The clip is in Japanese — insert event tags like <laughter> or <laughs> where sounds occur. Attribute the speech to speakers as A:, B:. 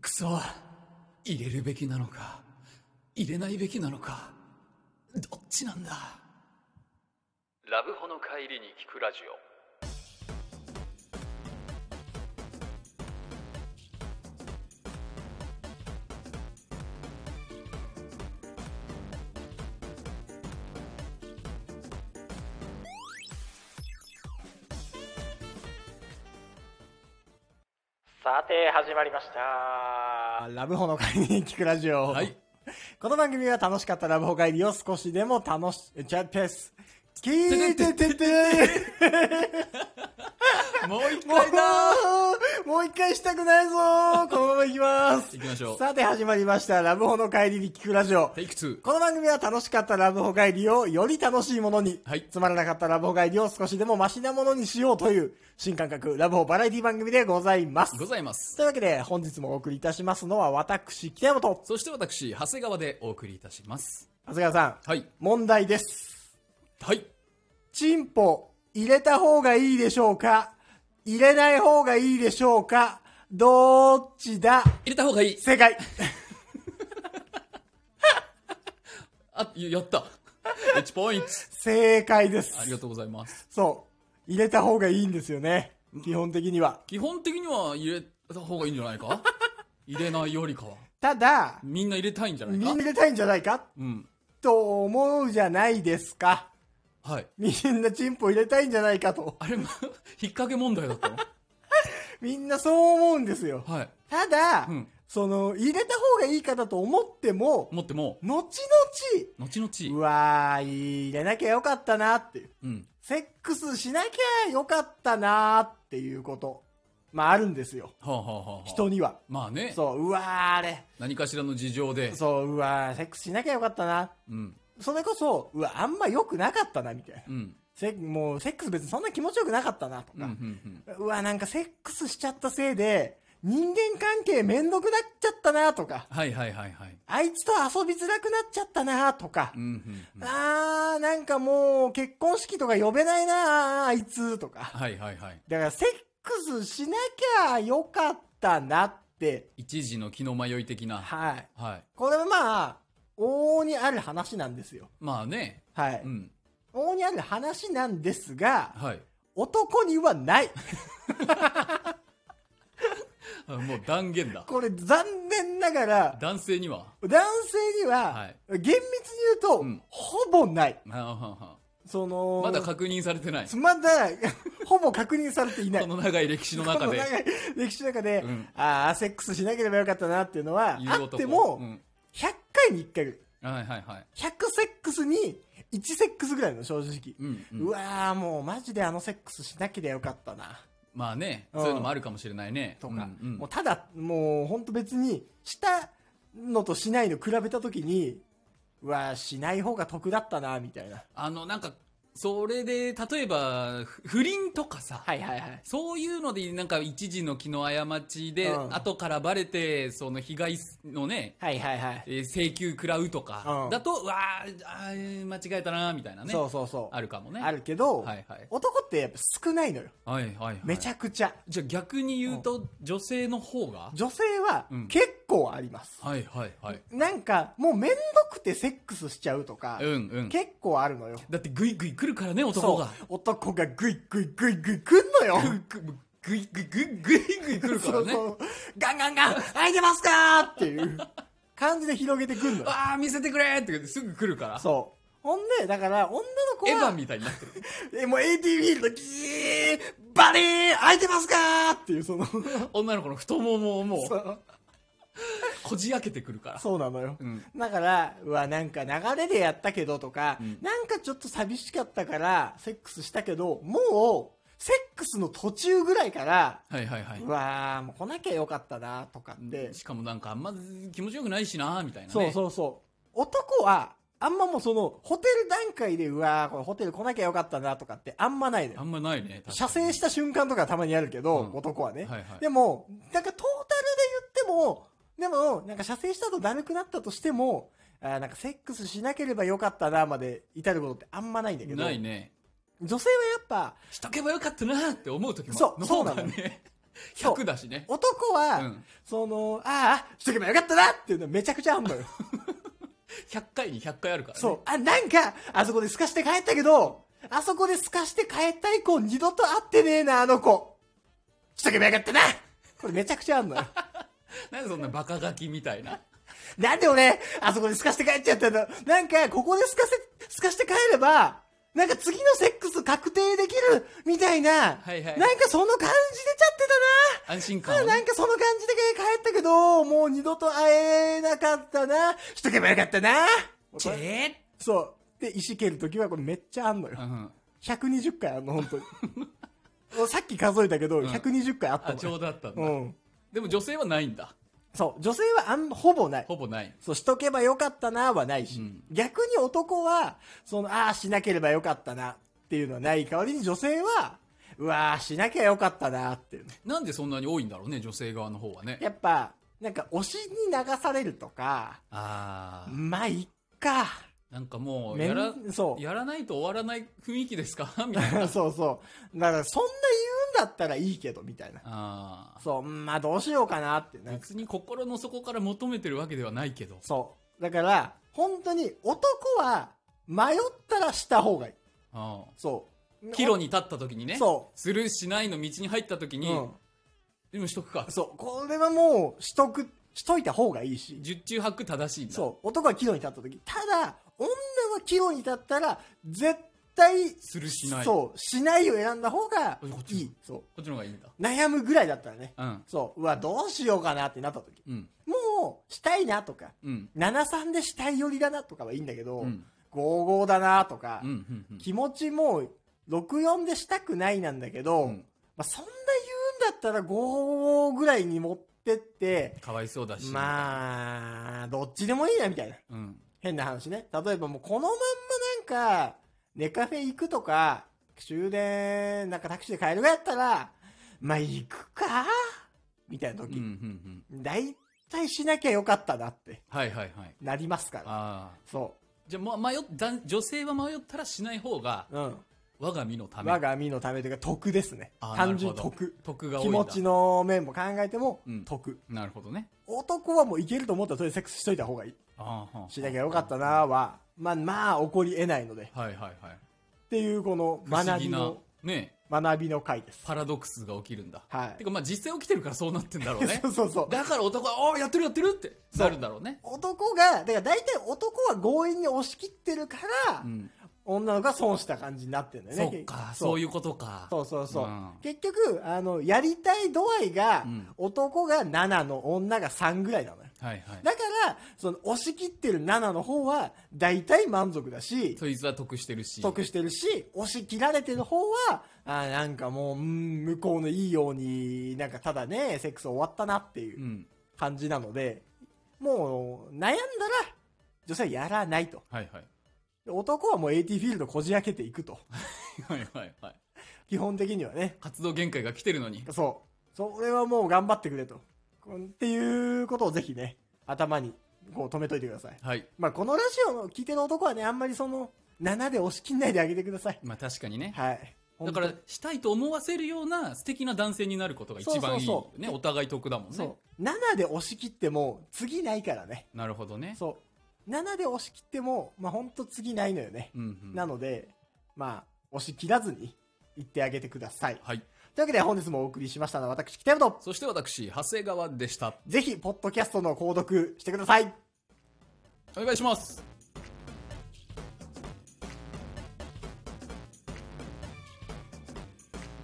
A: くそ入れるべきなのか入れないべきなのかどっちなんだ
B: ラブホの帰りに聞くラジオ
C: さて、始まりました。ラブホの会に聞くラジオ。
A: はい。
C: この番組は楽しかったラブホ会議を少しでも楽し、えちゃ、ペース。聞いててて
A: もう一
C: も
A: 回だ
C: う、もう一回したくないぞこのまま行きます。
A: 行きましょう
C: さて、始まりました。ラブホの会議に聞くラジオ。
A: テイク2
C: この番組は楽しかったラブホ会議をより楽しいものに、
A: はい
C: つまらなかったラブホ会議を少しでもマシなものにしようという、新感覚ラブホバラエティ番組でございます。
A: ございます
C: というわけで、本日もお送りいたしますのは、私、北山と、
A: そして私長谷川でお送りいたします
C: 長谷川さ
A: は
C: ん、
A: い
C: 問題です。
A: はい
C: チンポ、入れた方がいいでしょうか入れない方がいいでしょうかどっちだ
A: 入れた方がいい
C: 正解 <laughs>
A: あややった1ポイント
C: 正解で
A: ありが
C: す。
A: とうございます
C: そう。入れた方がいいんですよね。基本的には。
A: 基本的には入れた方がいいんじゃないか入れないよりかは
C: ただ、
A: みんな入れたいんじゃな
C: み
A: い
C: ん
A: か
C: な入れたいんじゃないか
A: うん
C: と思うじゃないですか。
A: はい
C: みんなチンポ入れたいんじゃないかと。
A: あれ引っ掛け問題だったの
C: みんなそう思うんですよ。
A: はい
C: ただ、
A: うん
C: その、入れた方がいいかだと思っても、
A: 持っても
C: 後
A: 後
C: 々、う
A: 々
C: わー、入れなきゃよかったなっていう。
A: うん
C: セックスしなきゃよかったなっていうこと。まああるんですよ。
A: はあはあはあはあ
C: 人には。
A: まあね
C: そう、うわー、あれ。
A: 何かしらの事情で
C: そう、うわー、セックスしなきゃよかったな。
A: うん
C: それこそ、うわ、あんま良くなかったな、みたいな。
A: うん
C: せもう、セックス別にそんな気持ちよくなかったな、と
A: うんう
C: か。
A: んうん
C: うわ、なんかセックスしちゃったせいで、人間関係めんどくなっちゃったな、とか。
A: はいはいはいはい
C: あいつと遊びづらくなっちゃったなとか
A: う、んうんうん
C: あー、なんかもう結婚式とか呼べないなあいつとか。
A: はいはいはい
C: だからセックスしなきゃよかったなって、
A: 一時の気の迷い的な
C: はい。
A: はい
C: これはまあ、往々にある話なんですよ。
A: まあね
C: はい。
A: うん
C: 往々にある話なんですが、
A: はい
C: 男にはない。
A: あもう断言だ
C: これ残念ながら、
A: 男性には
C: 男性には、
A: はい
C: 厳密に言うと、
A: うん
C: ほぼない。
A: あはは
C: その、
A: まだ確認されてない
C: まだ、 <laughs> ほぼ確認されていない
A: こ。の長い歴史の中
C: この
A: で
C: 長い歴史の中で、
A: うん
C: ああ、セックスしなければよかったなっていうのは、
A: 言
C: あ
A: う
C: っ
A: 男
C: ても、
A: うん
C: 100回に1回ぐらい。
A: はいはいはい
C: 100セックスに1セックスぐらいの、正直。
A: うん
C: う
A: うん
C: わーもうマジであのセックスしなければよかったな、
A: まあね
C: うん
A: そういうのもあるかもしれないね
C: とか。
A: うんうん
C: もうただ、もう本当別に、したのとしないの比べたときに、うわーしない方が得だったな、みたいな。
A: あのなんかそれで例えばふ不倫とかさ
C: はいはいはい。
A: そういうので、なんか一時の気の過ちで、
C: うん
A: 後からバレて、その被害のね、
C: はいはいはい。
A: えー請求食らうとか
C: う、ん
A: だと、うわーあー、間違えたな、みたいなね。
C: そうそうそう。
A: あるかもね。
C: あるけど、
A: はいはい
C: 男ってやっぱ少ないのよ。
A: はいはいはい。
C: めちゃくちゃ。
A: じゃあ逆に言うと、女性の方が
C: 女性は
A: うん
C: 結構あります。
A: はいはいはい。
C: なんか、もうめんどくてセックスしちゃうとか、
A: うんうん。
C: 結構あるのよ。
A: だってグイグイ来るからね、男が。
C: そう。男がグイグイグイグイ来んのよ。
A: ググイグイグイグイグイ来るか
C: そ
A: ら
C: う
A: ね。
C: そう。ガンガンガン開いてますかーっていう感じで広げてくんのよ。
A: ああ、見せてくれって言ってすぐ来るから。
C: そう。ほんで、だから、女の子
A: エヴァ
C: は、
A: みたいになってる。
C: え、もう ATV の時、バレー開いてますかーっていう、その、
A: 女の子の太ももをも、
C: そうう
A: こじ開けてくるから。
C: そうなのよ。
A: うん
C: だから、うわ、なんか流れでやったけどとか、
A: うん
C: なんかちょっと寂しかったから、セックスしたけど、もう、セックスの途中ぐらいから、。
A: はいはいはいう
C: わー、もう来なきゃよかったな、とかって。
A: しかもなんかあんま気持ちよくないしなみたいなね
C: そうそうそう。男は、あんまもうその、ホテル段階で、うわー、これホテル来なきゃよかったな、とかってあんまないの
A: あ
C: よ。
A: んまないね
C: 射精した瞬間とかたまにあるけど、
A: うん
C: 男はね。
A: はいはい
C: でも、なんかトータルで言っても、でも、なんか射精した後だるくなったとしても、あーなんかセックスしなければよかったなまで至ることってあんまないんだけど、
A: ないね
C: 女性はやっぱ、
A: しとけばよかったなって思う時も
C: そう
A: の
C: そ
A: 方
C: うな
A: が
C: の
A: ね
C: そう
A: 100だしね。
C: 男は、
A: うん
C: その、ああ、しとけばよかったなっていうのはめちゃくちゃ
A: <laughs>
C: あんのよ。
A: 100回に100回あるからね。
C: そう。あ、なんか、あそこで透かして帰ったけど、あそこで透かして帰った以降、二度と会ってねえな、あの子。しとけばよかったなこれめちゃくちゃあんのよ。
A: なんでそんなバカガキみたいな。
C: なんで俺、あそこで透かして帰っちゃったんだなんか、ここで透かせ、透かして帰れば、なんか次のセックス確定できる、みたいな。
A: はいはい
C: なんかその感じ出ちゃってたな
A: 安心感
C: あ
A: は、
C: <laughs> なん
A: ね。
C: かその感じで帰ったけど、もう二度と会えなかったな。しとけばよかったな。
A: チェー
C: そう。で、石蹴るときはこれめっちゃあんのよ。
A: うん。
C: 120回あんの、本
A: <laughs>
C: 当に。もうさっき数えたけど、
A: ん
C: 120回あった
A: あ、ちょ
C: の
A: うどあったんだ。
C: よ。うん。
A: でも女性はないんだ。
C: そう。女性はあん、ほぼない。
A: ほぼない。
C: そう、しとけばよかったなはないし、
A: うん
C: 逆に男は、その、ああ、しなければよかったなっていうのはない代わりに女性は、うわあ、しなきゃよかったなっていうの。
A: なんでそんなに多いんだろうね、女性側の方はね。
C: やっぱ、なんか推しに流されるとか、
A: ああ。
C: まあ、いっか。
A: なんかもう、
C: めん
A: やら、
C: そう。
A: やらないと終わらない雰囲気ですかみたいな。
C: <laughs> そうそう。だから、そんな言うんだったらいいけど、みたいな。
A: ああ。
C: そう、うんまあ、どうしようかなって。なんか
A: 別に心の底から求めてるわけではないけど。
C: そう。だから、本当に、男は、迷ったらした方がいい。
A: あ
C: そう。
A: あ。岐路に立った時にね。
C: そ
A: スルーしないの道に入った時
C: う。
A: に、
C: うん。
A: でもしとくか。
C: そう、これはもう、しとく、しといた方がいいし。
A: 十中八九正しいんだ。
C: そう、男は岐路に立った時。ただ、女は岐路に立ったら、絶対、
A: するしない
C: そう、しないを選んだ方が
A: こっち
C: いい。そ
A: こっちの方がいいんだ。
C: う。悩むぐらいだったらね。
A: うん。
C: そう、うわ、どうしようかなってなった時。
A: うん。
C: もう、したいなとか、
A: うん。
C: 73でしたい寄りだなとかはいいんだけど、
A: うん。うん。
C: 55だなとか、
A: うん。うん。
C: 気持ちも、64でしたくないなんだけど、
A: うん
C: まあ、そんな言うんだったら5ぐらいに持ってって、
A: かわいそうだし。
C: まあ、どっちでもいいな、みたいな。
A: うん。
C: 変な話ね。例えばもうこのまんまなんか、ネカフェ行くとか、終電、なんかタクシーで帰るぐらいやったら、まあ行くかみたいな
A: うん。うん。うん。
C: 時、大体しなきゃよかったなって、
A: はいはいはい。
C: なりますから。
A: ああ。
C: そ
A: じゃあ、ま、迷っ男女性は迷ったらしない方が、
C: う。うん。
A: 我が身のため。
C: 我が身のためというか、得ですね。
A: あー
C: 単純に
A: なるほど
C: 得。
A: 得が多い
C: 気
A: んだ
C: 持ちの面も考えても
A: うん、
C: 得。
A: なるほどね。
C: 男はもういけると思ったら、とりあえずセックスしといた方がいい。
A: ああ。はあ
C: しなきゃよかったなは、まあまあ起こり得ないので。
A: はいはいはい。
C: っていうこの
A: 不思
C: 学
A: 議
C: び
A: な
C: の、
A: ね、
C: 学びの回です。
A: パラドックスが起きるんだ。
C: はい
A: てか、まあ、実際起きてるからそうなってんだろうね
C: <laughs> そう。そうそう。
A: だから男は、おお、やってるやってるって、なるんだろうね。
C: 男が、だから大体男は強引に押し切ってるから、
A: うん。
C: 女の子が損した感じになってるんだよ
A: そ
C: ね。
A: っか、そういうことか。
C: そうそうそう。
A: うん
C: 結局、あの、やりたい度合いが、
A: うん
C: 男が7の女が3ぐらいなのよ。
A: はいはい。
C: だから、その押し切ってる7の方は、大体満足だし、
A: そいつは得してるし。。
C: 得してるし、押し切られてる方は、あーなんかもう、うん向こうのいいように、なんかただね、セックス終わったなっていううん感じなので、もう、悩んだら、女性はやらないと。
A: はいはい。
C: で男はもう AT フィールドこじ開けていくと。 <laughs>
A: はいはいはい。
C: 基本的にはね。
A: 活動限界が来てるのに。
C: そう。それはもう頑張ってくれと。こんっていうことをぜひね、頭に、こう止めといてください。
A: はい。
C: まあ、このラジオの聞いてる男はね、あんまりその、7で押し切んないであげてください。
A: まあ確かにね。
C: はい。
A: だから、したいと思わせるような素敵な男性になることが一番いい
C: そう
A: よ
C: そう。そう
A: ね、お互い得だもんね
C: そ。う。7で押し切っても、次ないからね。
A: なるほどね。
C: そう。7で押し切っても、まあ、ほんと次ないのよね。
A: うんうん。
C: なので、まあ、押し切らずに、言ってあげてください。
A: はい。
C: というわけで、本日もお送りしましたのは、私、北山と、
A: そして私、長谷川でした。
C: ぜひ、ポッドキャストの購読してください。
A: お願いします。